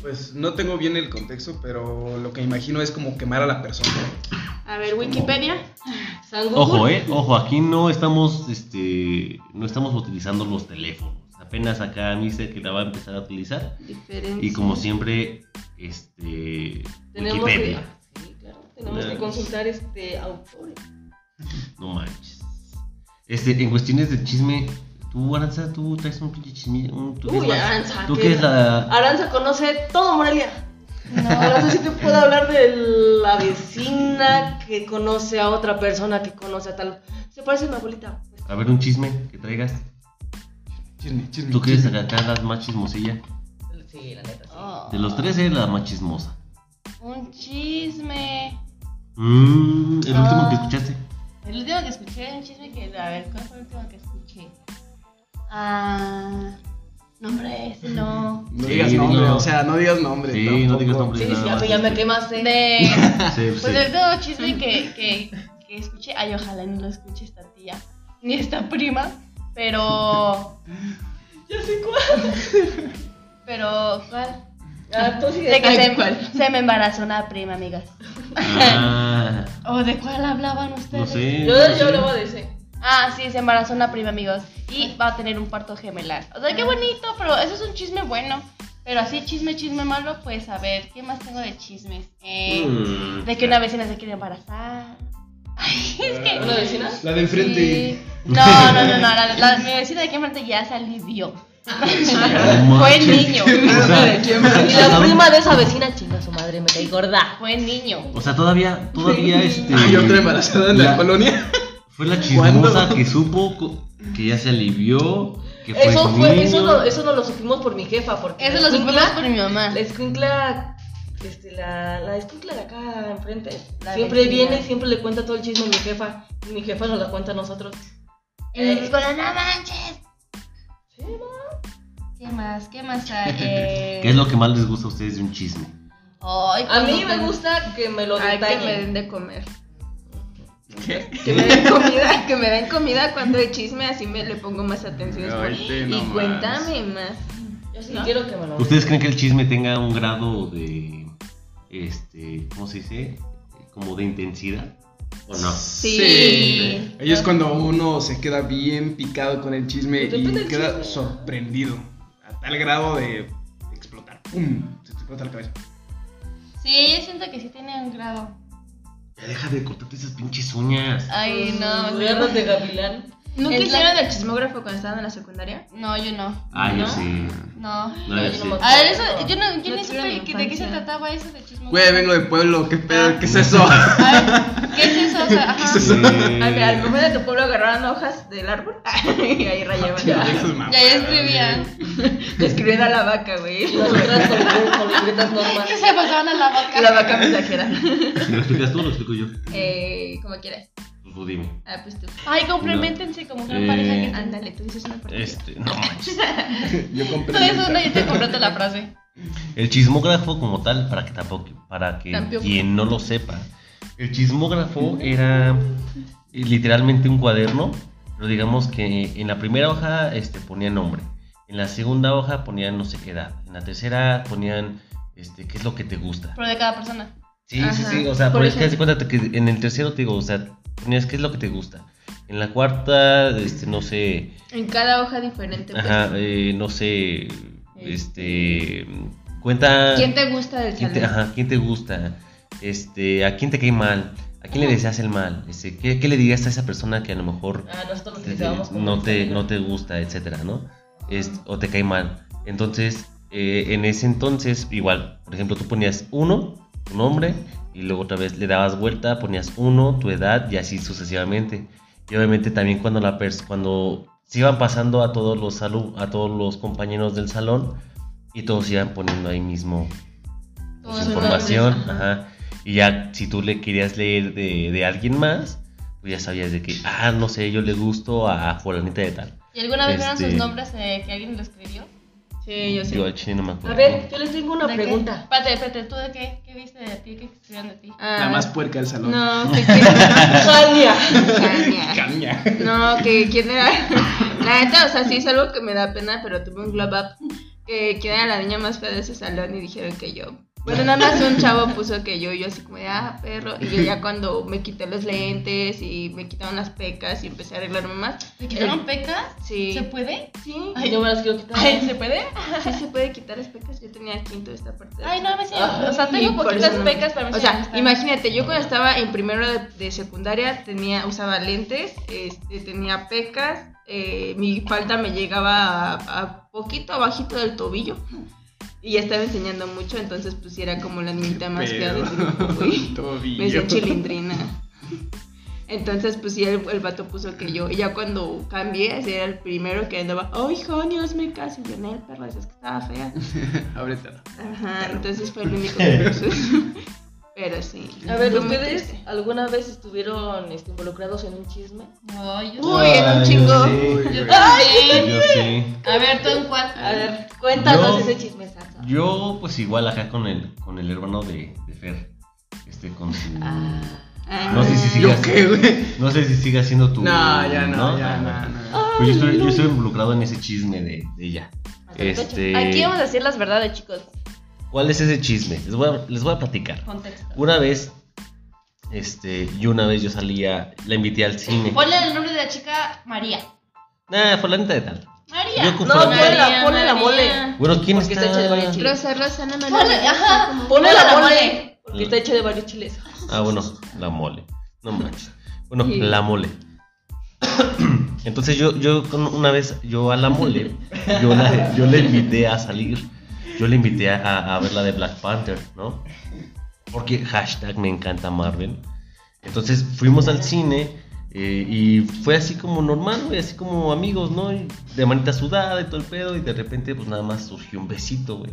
S4: Pues no tengo bien el contexto, pero lo que imagino es como quemar a la persona.
S2: A ver, Wikipedia.
S3: San Google.
S1: Ojo, eh, ojo, aquí no estamos, este, no estamos utilizando los teléfonos. Apenas acá dice que la va a empezar a utilizar.
S2: Diferencia.
S1: Y como siempre, este,
S3: Tenemos que,
S1: Wikipedia.
S3: sí, claro, tenemos que
S1: Claro.
S3: consultar este autores.
S1: No manches. Este, en cuestiones de chisme, tú, Aranza, tú traes un pinche chisme. Un, tú que
S3: Uy,
S1: es la-
S3: Aranza,
S1: Tú
S3: ¿qué?
S1: que es la.
S3: Aranza conoce todo Morelia. No, Aranza sí te puede hablar de la vecina que conoce a otra persona que conoce a tal. Se parece a mi abuelita.
S1: A ver, un chisme que traigas.
S4: Chisme, chisme.
S1: Tú que eres
S4: chisme.
S1: acá la más chismosilla.
S3: Sí, la neta, sí.
S5: Oh,
S1: De los tres, eres la más chismosa.
S5: Un chisme.
S1: Mm, el último
S5: Ah.
S1: que escuchaste.
S5: El último que escuché era un chisme que. A ver, ¿cuál fue el último que escuché? Ah. No, hombre, ese no.
S4: No
S1: Sí,
S4: digas
S1: dilo.
S4: nombre, o sea, no digas nombre.
S1: Sí, no
S4: tampoco.
S1: digas nombre.
S3: Sí, sí,
S1: nada
S3: ya,
S1: más,
S3: pues ya me
S1: este,
S3: quemaste.
S5: De.
S1: Sí,
S5: Pues
S1: sí.
S5: el último chisme que, que, que escuché. Ay, ojalá no lo escuche esta tía. Ni esta prima. Pero.
S3: Ya sé cuál.
S5: Pero. ¿Cuál?
S3: Ah, tú sí.
S5: De que
S3: Ay,
S5: se, se me embarazó una prima, amigas.
S1: Ah,
S5: ¿O de cuál hablaban ustedes?
S1: no sé.
S3: Yo,
S1: no sé.
S3: yo hablaba de ese.
S5: Ah, sí, se embarazó una prima, amigos. Y va a tener un parto gemelar. O sea, qué bonito, pero eso es un chisme bueno. Pero así, chisme, chisme malo, pues a ver, ¿qué más tengo de chismes? Eh,
S1: Mm.
S5: de que una vecina se quiere embarazar. Ay, es que.
S1: Ah.
S3: ¿Una vecina?
S4: La de enfrente.
S5: Sí. No, no, no, no. La, la- mi vecina de aquí enfrente ya se alivió.
S1: No
S5: Fue
S1: manches.
S5: niño.
S1: O sea,
S3: Y la prima de esa vecina, chinga su madre, me caí gorda.
S5: Fue niño.
S1: O sea, todavía, todavía este.
S4: Hay otra embarazada en la,
S1: la-
S4: colonia.
S1: Fue la
S4: ¿Cuándo?
S1: chismosa que supo co- que ya se alivió, que fue
S3: Eso
S1: con
S3: fue,
S1: niño.
S3: eso no, eso no lo supimos por mi jefa, porque
S5: Eso
S3: la
S5: lo supimos
S3: escuincla-
S5: por mi mamá.
S3: La escuincla, este, la, la escuincla de acá enfrente,
S5: La
S3: siempre
S5: vecina.
S3: viene, siempre le cuenta todo el chisme a mi jefa, y mi jefa nos la cuenta a nosotros.
S5: Y nosotros con la, no manches. ¿Qué más? ¿Qué más hay? Eh,
S1: ¿Qué es lo que más les gusta a ustedes de un chisme?
S5: ay,
S3: A mí
S5: cuando
S3: me
S5: te-
S3: gusta que me lo
S2: Ay, que me
S3: detallen.
S2: den de comer.
S4: ¿Qué?
S2: Que me den comida, que me den comida cuando hay chisme, así me le pongo más atención. Es como,
S4: Ahorita
S2: y
S4: nomás".
S2: cuéntame más.
S3: Yo sí
S2: ¿No?
S3: quiero que me lo
S1: ¿Ustedes creen que el chisme tenga un grado de. Este. ¿Cómo se dice? Como de intensidad? ¿O no?
S2: Sí.
S4: Ahí es cuando uno se queda bien picado con el chisme
S3: Depende
S4: y
S3: del
S4: queda
S3: chisme.
S4: sorprendido. A tal grado de explotar. ¡Pum! Se te explota la cabeza.
S5: Sí, yo siento que sí tiene un grado.
S1: Ya deja de cortarte esas pinches uñas.
S5: Ay, no.
S3: Los
S5: me
S3: Cuernos
S5: siento-
S3: de gavilán.
S2: Mm, ¿Nunca
S5: Es la-
S2: hicieron el chismógrafo cuando estaban en la secundaria?
S5: No, yo no.
S1: Ah, yo
S2: ¿No?
S1: sí.
S5: No.
S1: No, yo sí.
S5: A ver, eso, yo
S2: Yo
S5: no, yo ni
S2: tuve mi
S5: supe que- de qué se
S2: infancia.
S5: trataba eso de chisme.
S4: Güey, vengo de pueblo. ¿Qué pedo? ¿Qué es eso?
S5: A ver, ¿qué es eso? O sea, ajá.
S1: Eh,
S2: A ver, a lo mejor de tu pueblo agarraban hojas del árbol y ahí rayaban.
S4: Esas
S5: Ya,
S4: mamadas,
S5: ya escribían.
S2: Escribían a la vaca, güey.
S3: Y nosotras con, con libretas normas.
S5: Que se pasaban a la vaca.
S2: La vaca mensajera.
S1: ¿Me lo explicas tú o lo explico yo?
S2: Eh, como quieras.
S1: Pues tú dime.
S2: Ah, pues tú.
S5: Ay, complementense como una
S1: Eh,
S5: pareja que
S2: Ándale, tú dices una partida.
S1: Este, no manches.
S4: Yo
S5: Tú
S4: compré.
S5: dices una y te completa la frase.
S1: El chismógrafo como tal, para que tampoco, para que
S2: Tampoco.
S1: quien no lo sepa, el chismógrafo era eh, literalmente un cuaderno, pero digamos que en la primera hoja este, ponía nombre, en la segunda hoja ponían no sé qué edad, en la tercera ponían este, qué es lo que te gusta.
S5: Pero de cada persona.
S1: Sí, sí,
S2: Ajá.
S1: sí, o sea,
S2: Por
S1: por es que
S2: ejemplo.
S1: hace cuenta que en el tercero te digo, o sea, ponías qué es lo que te gusta. En la cuarta, este, no sé,
S2: En cada hoja diferente. pues.
S1: ajá, eh, no sé, este, cuenta...
S2: ¿Quién te gusta del
S1: ¿Quién
S2: salón?
S1: te, ajá, ¿quién te gusta? Este, ¿A quién te cae mal? ¿A quién le deseas el mal? Este, ¿qué, qué le dirías a esa persona que a lo mejor
S3: Ah, nosotros nos
S1: te-
S3: utilizábamos como
S1: no, te,
S3: vecina.
S1: no te gusta, etcétera, ¿no? Es- o te cae mal. Entonces, eh, en ese entonces, igual, por ejemplo, tú ponías uno, tu nombre, y luego otra vez le dabas vuelta, ponías uno, tu edad, y así sucesivamente. Y obviamente también cuando la pers cuando se iban pasando a todos los salu- a todos los compañeros del salón, y todos iban poniendo ahí mismo
S2: Todos
S1: su
S2: sus
S1: pues, información,
S2: nombres,
S1: ajá.
S2: ajá.
S1: Y ya si tú le querías leer de, de alguien más, pues ya sabías de que, ah, no sé, yo le gusto a fulanita de tal.
S5: ¿Y alguna vez vieron
S1: Este-
S5: sus nombres eh, que alguien lo escribió?
S3: Sí, yo
S1: Yo
S3: sé.
S1: al chile no me acuerdo.
S3: A ver, yo les tengo una
S5: ¿De qué?
S3: pregunta.
S5: Espérate, espérate, ¿tú de qué? ¿Qué viste de ti? ¿Qué escribieron de ti?
S2: Ah,
S4: La más puerca del salón.
S2: No, que quién-
S3: Tania.
S2: Tania.
S4: Caña.
S2: No, que quién era. La neta, o sea, sí es algo que me da pena, pero tuve un glow up. Que quién era la niña más fea de ese salón y dijeron que yo. Bueno, nada más un chavo puso que yo, y yo así como, de, ah, perro. Y yo ya cuando me quité los lentes y me quitaron las pecas y empecé a arreglarme más.
S5: ¿Te quitaron pecas?
S2: Sí.
S5: ¿Se puede?
S2: Sí.
S3: Ay, yo me las quiero quitar.
S5: Ay, ¿se puede?
S2: Sí se puede quitar las pecas. Yo tenía quinto de esta parte. de
S5: Ay, no, me
S3: Ay,
S5: O sea, tengo
S2: Ah, por
S5: poquitas
S2: eso no.
S5: pecas para mí.
S2: O sea, imagínate, yo cuando estaba en primero de, de secundaria tenía, usaba lentes, este, tenía pecas, eh, mi falda me llegaba a, a poquito abajito del tobillo y ya estaba enseñando mucho, entonces pues sí era como la niñita más fea del grupo, güey. Me decía chilindrina. Entonces, pues sí, el, el vato puso que yo. Y ya cuando cambié, ese era el primero que andaba. ¡Ay, jonios, me caso! Y yo, "No, el perro, decías que estaba fea.
S4: Ahorita.
S2: Ajá, entonces fue el único que puso. Pero sí.
S3: A ver,
S2: fue muy
S3: ¿ustedes
S2: triste.
S3: alguna vez estuvieron este, involucrados en un chisme?
S5: No, yo
S2: Uy,
S4: Ah,
S2: era un chingo.
S5: Yo
S1: Yo
S5: también.
S1: sí.
S5: A ver, tú en cuál.
S3: A ver, cuéntanos
S1: Yo-
S3: ese chisme, Sasa.
S1: Yo, pues igual acá con el, con el hermano de, de Fer. Este, con su.
S2: Ah,
S1: No sé si
S4: ¿Yo
S1: sigas.
S4: qué, güey?
S1: No sé si siga siendo tu.
S4: No, ya no, ya
S1: Ah,
S4: no. no.
S1: Pues yo estoy, yo estoy involucrado en ese chisme de, de ella. Este.
S5: Aquí vamos a decir las verdades, chicos.
S1: ¿Cuál es ese chisme? Les voy a, les voy a platicar.
S5: Contexto.
S1: Una vez, este, y una vez yo salía, la invité al cine.
S5: Ponle el nombre de la chica María.
S1: Nah, fulanita de tal.
S5: María.
S1: Yo con
S2: Pues
S3: No,
S1: fulanita-
S3: ponle la, ponle la mole.
S5: María.
S1: Bueno, ¿quién
S3: Porque está hecha de varios
S1: está?
S3: chiles.
S2: Rosa, Rosa, no me lo
S5: Ponle,
S2: digas,
S5: ajá.
S2: como-
S3: Ponle
S5: Ponle
S3: la
S5: la
S3: mole.
S5: mole.
S4: Mm.
S3: Porque está hecha de varios chiles.
S1: Ah, bueno, la mole. No manches. Bueno,
S3: Sí.
S1: la mole. Entonces yo, yo con- una vez, yo a la mole, yo la, yo la invité a salir. Yo la invité a, a ver la de Black Panther, ¿no? Porque hashtag me encanta Marvel. Entonces fuimos al cine eh, y fue así como normal, güey, así como amigos, ¿no? Y de manita sudada y todo el pedo y de repente pues nada más surgió un besito, güey.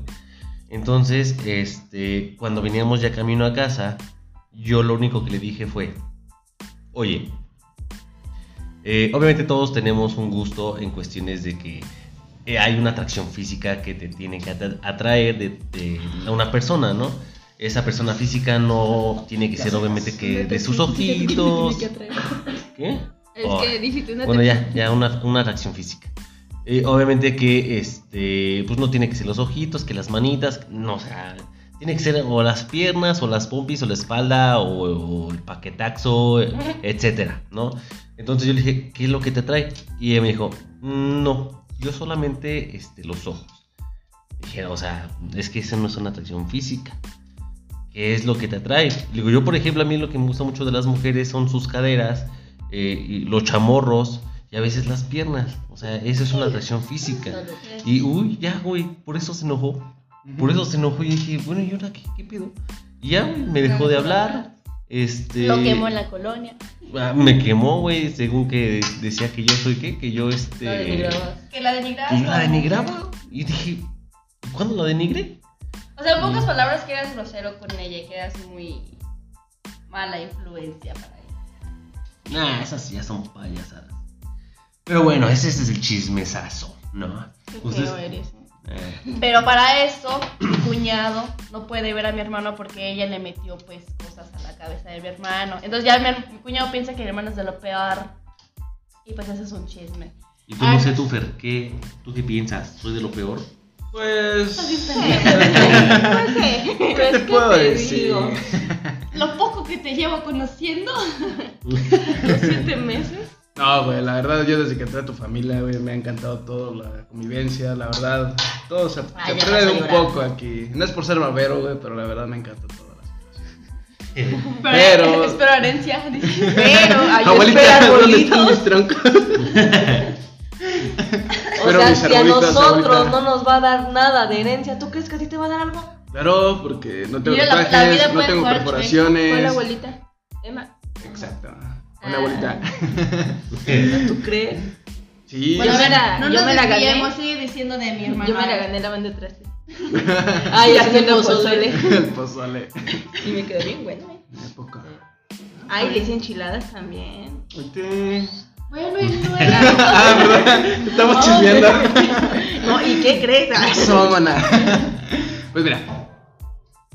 S1: Entonces, este, cuando veníamos ya camino a casa, yo lo único que le dije fue, oye, eh, obviamente todos tenemos un gusto en cuestiones de que eh, hay una atracción física que te tiene que atra- atraer de, de- a una persona, ¿no? Esa persona física no tiene que ser obviamente que de sus ojitos. ¿Qué?
S2: Es que dijiste una
S1: Bueno,
S2: te-
S1: ya, ya una, una atracción física. Eh, obviamente que este, pues no tiene que ser los ojitos, que las manitas, no, o sea, tiene que ser o las piernas, o las pompis, o la espalda, o, o el paquetaxo, etcétera, ¿no? Entonces yo le dije, ¿qué es lo que te trae? Y ella me dijo, no, yo solamente este, los ojos. Dije, o sea, es que esa no es una atracción física. ¿Qué es lo que te atrae? Le digo, yo por ejemplo, a mí lo que me gusta mucho de las mujeres son sus caderas, eh, y los chamorros y a veces las piernas. O sea, eso es una atracción física.
S2: Pues
S1: Y uy, ya, güey, por eso se enojó. Por eso se enojó y dije, bueno, ¿y ahora qué, qué pedo? Y ya, güey, me dejó de hablar. Este,
S5: Lo quemó en la colonia.
S1: Ah, Me quemó, güey, según que decía que yo soy qué, que yo este.
S3: No, denigrabas.
S5: Que la
S1: que
S3: Mm.
S5: denigraste.
S1: yo la denigraba. Y dije, ¿cuándo la denigré?
S5: O sea, en pocas palabras que eras grosero con ella y que eras muy mala influencia para ella.
S1: Nah, esas ya son payasadas. Pero bueno, ese, ese es el chismesazo, ¿no?
S2: Qué
S3: Pues
S2: feo
S1: Ustedes-
S2: eres, ¿eh?
S1: Eh.
S5: Pero para eso, mi cuñado no puede ver a mi hermano porque ella le metió pues cosas a la cabeza de mi hermano. Entonces ya mi, her- mi cuñado piensa que mi hermano es de lo peor. Y pues ese es un chisme.
S1: Y pues no sé tú, Fer, ¿qué, ¿tú qué piensas? ¿Soy de lo peor?
S4: Pues.
S2: Pues sí.
S4: ¿Qué
S3: Pues,
S4: te
S3: ¿qué
S4: puedo
S3: te
S4: decir?
S3: digo?
S5: Lo poco que te llevo conociendo, los siete meses.
S4: No, güey, la verdad, yo desde que entré a tu familia, güey, me ha encantado todo, la convivencia, la verdad. Todo se, se
S3: Ay, ya
S4: aprende
S3: vas a
S4: un
S3: llorar.
S4: poco aquí. No es por ser barbero, güey, pero la verdad me encanta todo.
S5: Pero,
S4: Pero-
S5: espero herencia. dice.
S2: Pero ahí
S4: Abuelita,
S2: espera
S4: ¿dónde
S2: arbolito.
S4: están mis troncos?
S3: O
S4: Pero
S3: sea,
S4: mis
S3: si a
S4: arbolitos
S3: nosotros
S4: ahorita-
S3: no nos va a dar nada de herencia, ¿tú crees que a ti te va a dar algo?
S4: Claro, porque no tengo
S5: Mira, la- la vida
S4: tatuajes, no
S5: puede
S4: tengo
S5: jugar chueco.
S2: Hola,
S4: perforaciones.
S2: abuelita.
S3: Emma,
S4: Exacto. Hola, abuelita.
S3: ¿tú crees?
S4: Sí.
S2: Bueno,
S5: a ver,
S2: la-
S5: no
S2: yo
S5: nos
S2: me la gané.
S5: desviemos, sigue diciendo de mi hermano.
S2: Yo me la gané la ¿eh? banda de trastes.
S3: Ay, haciendo pozole.
S4: El pozole.
S3: Y me quedó bien bueno, ¿eh?
S4: Época.
S2: Ay, le hice enchiladas también.
S4: Oye,
S5: Bueno, él no era.
S4: Ah, ¿verdad? Estamos
S3: No,
S4: chismeando.
S3: No, ¿y qué crees? Ah,
S4: Sómana. Pues mira.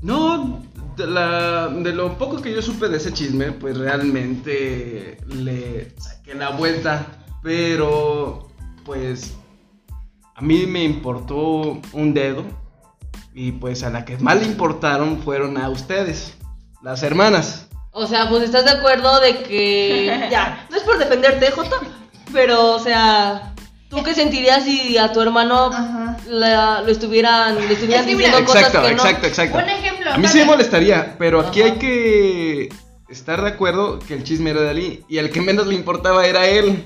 S4: No, de, la- de lo poco que yo supe de ese chisme, pues realmente le saqué la vuelta. Pero, pues, a mí me importó un dedo. Y pues a la que más le importaron fueron a ustedes, las hermanas.
S3: O sea, pues estás de acuerdo de que. Ya, no es por defenderte, Jota. Pero, o sea, ¿tú qué sentirías si a tu hermano
S5: Ajá.
S3: la- lo estuvieran, le estuvieran
S5: Es que mira-
S3: diciendo
S4: Exacto,
S3: cosas que no?
S4: exacto, exacto.
S5: Un ejemplo.
S4: A mí sí me
S5: vale.
S4: molestaría, pero aquí
S3: Ajá.
S4: hay que estar de acuerdo que el chisme era de Ali y el que menos le importaba era él.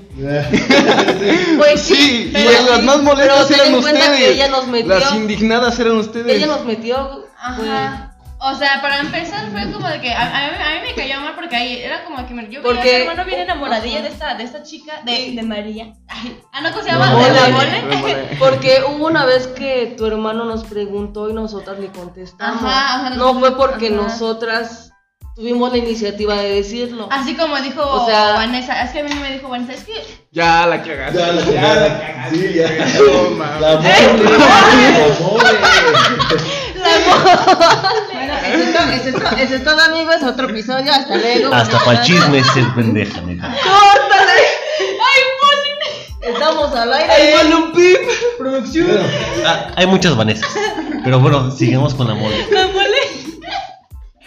S3: Pues
S4: Sí, y
S3: pero-
S4: las más
S3: pero
S4: molestas
S3: ten
S4: eran
S3: en cuenta
S4: ustedes.
S3: Que ella nos metió.
S4: Las indignadas eran ustedes.
S3: Ella nos metió. güey.
S5: Pues,
S2: Pues,
S5: Ajá. O sea, para empezar fue como de que a, a mí, a mí me cayó mal porque ahí era como que me, yo veía a
S3: Porque-
S5: mi hermano
S2: Oh,
S5: bien enamoradilla de esta, de esta chica, de, de María. Ay, ah, no, ¿cómo se llama?
S3: No,
S5: de
S3: la-
S5: la
S4: Me mole.
S3: Porque hubo una vez que tu hermano nos preguntó y nosotras le contestamos.
S5: Ajá, ajá,
S3: no
S5: nosotros-
S3: fue porque
S5: ajá.
S3: nosotras tuvimos la iniciativa de decirlo.
S5: Así como dijo
S3: O sea-
S5: Vanessa, es que a mí me dijo Vanessa, es que
S4: Ya la cagaste.
S6: Ya, la- ya, la- sí, ya.
S4: No, mames.
S6: La mole, la mole.
S3: Bueno, eso es, todo, eso, es todo, eso es todo, amigos. Otro episodio. Hasta luego.
S1: Hasta para chismes es pendeja, neta.
S3: ¡Córtale! ¡Ay, ponle! Estamos al aire. ¡Ay, ponle un pip! Producción.
S6: Bueno,
S1: Ah, hay muchas Vanessas. Pero bueno, sigamos con la mole.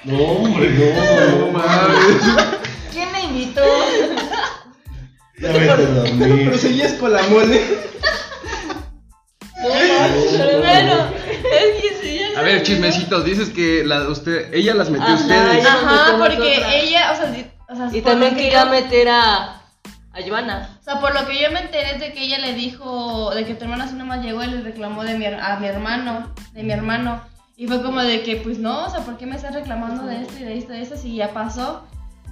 S6: No, hombre, no,
S4: No mames.
S3: ¿Quién me invitó?
S6: Ya vete a dormir.
S4: Pero seguías con la mole.
S3: bueno, es que sí.
S4: A ver, chismecitos, dices que la, usted, ella las metió a
S3: Ajá,
S4: ustedes.
S3: ya.
S5: Ajá,
S3: nos metió
S5: porque
S3: nosotras.
S5: ella, o sea, di- o sea,
S3: Y
S5: por
S3: también
S5: lo
S3: quería
S5: yo-
S3: meter a. a Joana.
S5: O sea, por lo que yo me enteré es de que ella le dijo, de que tu hermana así nomás llegó y le reclamó de mi, her- a mi hermano, de mi hermano. Y fue como de que, pues no, o sea, ¿por qué me estás reclamando de esto y de esto y de esto si ya pasó?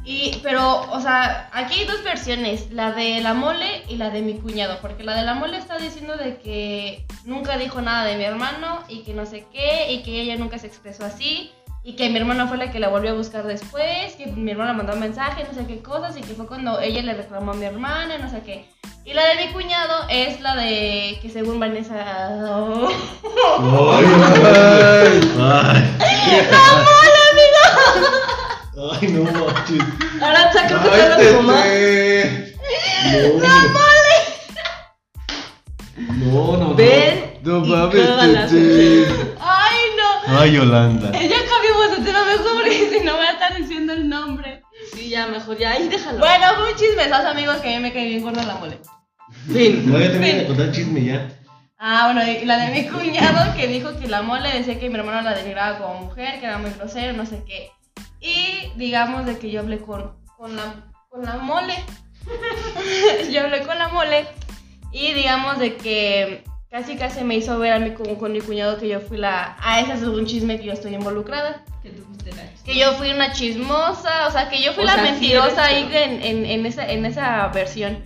S5: Y, pero, o sea, aquí hay dos versiones, la de la mole y la de mi cuñado, porque la de la mole está diciendo de que nunca dijo nada de mi hermano y que no sé qué, y que ella nunca se expresó así, y que mi hermana fue la que la volvió a buscar después, que mi hermana mandó un mensaje, no sé qué cosas, y que fue cuando ella le reclamó a mi hermana, no sé qué. Y la de mi cuñado es la de que según Vanessa...
S6: Ay,
S4: Ay,
S1: Ay,
S6: Ay, no manches.
S3: Aranza, creo que te
S4: ay,
S3: habla tu mamá.
S4: Tete.
S6: No, mole. No, no, no.
S3: Ven.
S4: No
S3: y
S4: mames,
S3: cágalas.
S4: Tete.
S5: ¡Ay, no!
S1: ay, Yolanda.
S5: Ya cambiamos de tema mejor porque si no voy a estar diciendo el nombre.
S3: Sí, ya, mejor ya. Ahí déjalo.
S5: Bueno, fue un chismesazo, amigos, que a mí me cae bien gorda la mole.
S3: Fin.
S6: No, ya terminé de contar el chisme ya.
S5: Ah, bueno, y la de mi cuñado que dijo que la mole decía que mi hermano la denigraba como mujer, que era muy grosero, no sé qué. Y digamos de que yo hablé con, con, la, con la mole. yo hablé con la mole y digamos de que casi casi me hizo ver a mí como con mi cuñado que yo fui la... Ah, ese es un chisme que yo estoy involucrada.
S7: Que tú fuiste la
S5: Que yo fui una chismosa, o sea, que yo fui
S3: O
S5: la
S3: sea, sí eres,
S5: mentirosa ahí
S3: pero-
S5: en, en- en esa, en esa versión.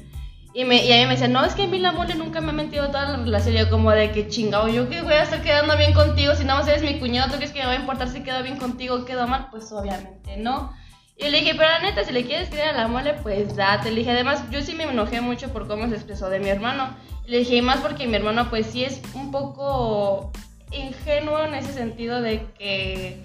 S5: Y, me, y a mí me decían, no, es que a mí la mole nunca me ha mentido toda la relación. Y yo como de que chingado, yo que voy a estar quedando bien contigo, si nada más eres mi cuñado, ¿tú crees que me va a importar si quedo bien contigo o quedo mal? Pues obviamente no. Y le dije, pero la neta, si le quieres creer a la mole, pues date. Le dije, además, yo sí me enojé mucho por cómo se expresó de mi hermano. Le dije, y más porque mi hermano, pues sí es un poco ingenuo en ese sentido de que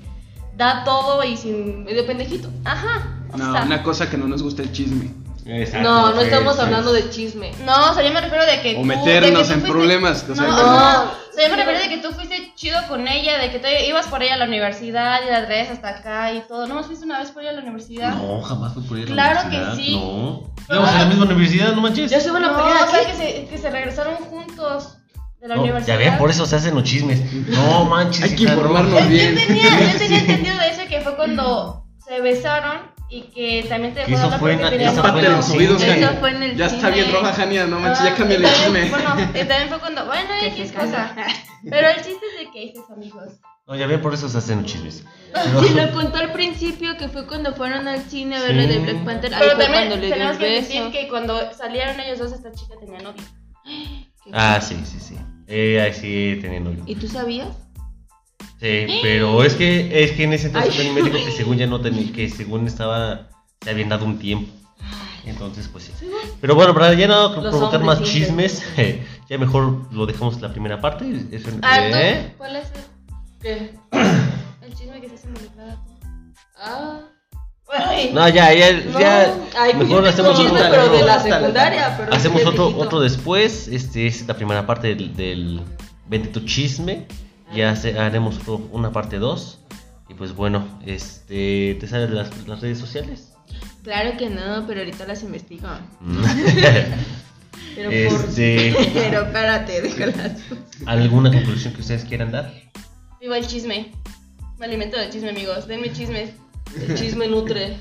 S5: da todo y sin.
S3: Medio pendejito.
S5: Ajá. o
S4: No,
S5: sea,
S4: una cosa que no nos gusta el chisme.
S1: Exacto,
S3: No, no
S1: Ah, sí,
S3: estamos
S1: sí.
S3: hablando de chisme.
S5: No, o sea, yo me refiero de que.
S4: O
S5: tú- de
S4: meternos
S5: que tú
S4: en
S5: fuiste-
S4: problemas, o sea,
S5: no,
S4: que-
S5: no, no. O sea, yo me refiero de que tú fuiste chido con ella, de que te ibas por ella a la universidad y la traes hasta acá y todo. ¿No más fuiste una vez por ella a la universidad?
S1: No, jamás fue por ella. a la
S5: Claro que
S1: universidad,
S5: sí.
S1: No. Íbamos a la misma universidad, no manches.
S3: Ya se van a
S5: No,
S3: pelear
S5: o sea,
S3: aquí.
S5: que se, que se regresaron juntos de la
S1: No, Oh, ya
S5: universidad.
S1: ven, por eso se hacen los chismes. No manches.
S4: Hay que
S1: hija, no.
S4: informarnos
S5: Es que
S4: bien.
S5: Yo tenía, yo tenía entendido de eso que fue cuando se besaron y que también te
S1: Que eso
S5: dejó hablar
S1: fue
S5: porque
S1: en-
S5: tenía-
S1: eso fue en el
S4: los oídos,
S1: cine.
S5: Eso fue en el
S4: Ya está
S5: cine.
S4: bien roja, Jania, no manches, ya
S5: Ah,
S4: cambié el
S5: y también-
S4: chisme.
S5: Bueno, y también fue cuando. Bueno, X cosa. Pero el chiste es de que estos amigos.
S1: No, ya ven, por eso se hacen los chismes.
S7: Si lo contó al principio que fue cuando fueron al cine a ver lo
S1: Sí.
S7: de Black Panther, ahí
S5: Pero
S7: fue cuando
S5: también
S7: le dio
S5: tenemos
S7: el
S5: que decir
S7: beso.
S5: que cuando salieron ellos dos, esta chica tenía novio.
S1: Ah, sí, sí, sí. Eh, ahí sí, tenía novio.
S7: ¿Y tú sabías?
S1: Sí, pero es que, es que en ese entonces también me dijo que según ya no tenía, que según estaba, se habían dado un tiempo. Entonces, pues sí. Pero bueno, para ya no
S3: Los
S1: provocar
S3: hombres
S1: más
S3: siempre.
S1: chismes, ya mejor lo dejamos la primera parte. Eso-
S5: Ah,
S1: ¿eh?
S5: ¿tú? ¿Cuál es el,
S3: ¿Qué?
S5: el chisme que se hace involucrada?
S3: Ah. Bueno,
S1: No, ya, ya,
S3: no.
S1: ya.
S3: Ay,
S1: mejor
S3: yo tengo
S1: hacemos
S3: chisme,
S1: otro-
S3: pero de la
S1: otro-
S3: secundaria, pero
S1: Hacemos
S3: es de
S1: otro,
S3: viejito.
S1: otro después. Este es la primera parte del, del bendito chisme. Ya se- haremos otro- una parte 2. Y pues bueno, este, ¿te salen las, las redes sociales?
S2: Claro que no, pero ahorita las investigo.
S1: Mm.
S3: Pero por
S1: este,
S2: Pero espérate, déjalas.
S1: ¿Alguna conclusión que ustedes quieran dar?
S5: Viva el chisme. Me alimento del chisme, amigos. Denme chismes.
S3: el chisme nutre.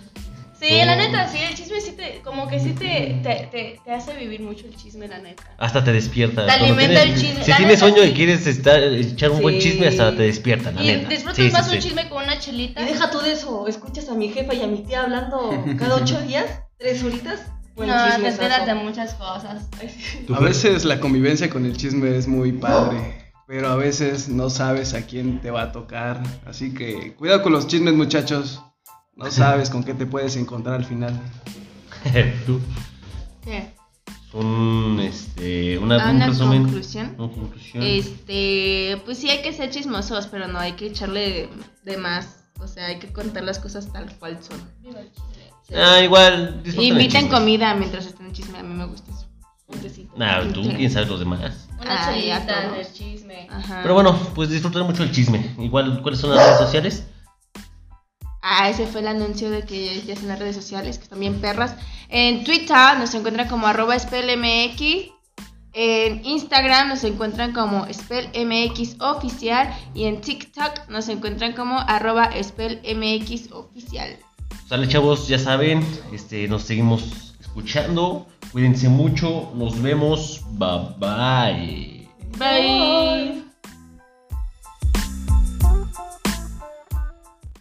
S5: Sí, la neta, sí, el chisme sí te, como que sí te, te, te, te hace vivir mucho el chisme, la neta.
S1: Hasta te despierta.
S5: Te
S1: Cuando
S5: alimenta
S1: tienes-
S5: el chisme.
S1: Si
S5: La
S1: tienes
S5: neta,
S1: sueño y
S5: sí.
S1: quieres estar, echar un buen
S3: Sí.
S1: chisme, hasta te despierta, la
S5: Y
S1: neta.
S5: disfrutas
S1: Sí, sí,
S5: más
S1: sí.
S5: un chisme con una chelita.
S3: Y deja tú de eso, escuchas a mi jefa y a mi tía hablando cada ocho días, tres horitas. Bueno,
S5: no, te
S3: chismesazo.
S5: enteras de muchas cosas.
S4: A veces la convivencia con el chisme es muy padre, pero a veces no sabes a quién te va a tocar. Así que cuidado con los chismes, muchachos. No sabes con qué te puedes encontrar al final.
S1: Eh, Tú,
S2: ¿Qué?
S1: un, este, una,
S2: Ah,
S1: un
S2: una
S1: resumen.
S2: conclusión.
S1: Una conclusión.
S2: Este, pues sí hay que ser chismosos, pero no hay que echarle de, de más. O sea, hay que contar las cosas tal cual son. Sí.
S1: Ah, igual. disfruten el
S2: Inviten
S1: chisme.
S2: comida mientras estén chisme, a mí me gusta eso.
S1: Nah, tú quién sabe los demás.
S5: Una
S2: Ay, a
S5: chelita
S2: todos.
S5: del chisme.
S2: Ajá.
S1: Pero bueno, pues disfruten mucho el chisme. Igual, ¿cuáles son las redes sociales?
S2: Ah, ese fue el anuncio de que ya están las redes sociales, que están bien perras. En Twitter nos encuentran como arroba spellmx. En Instagram nos encuentran como spellmx oficial. Y en TikTok nos encuentran como arroba spellmx oficial.
S1: Sale, chavos, ya saben. Este, nos seguimos escuchando. Cuídense mucho. Nos vemos. Bye bye.
S2: Bye.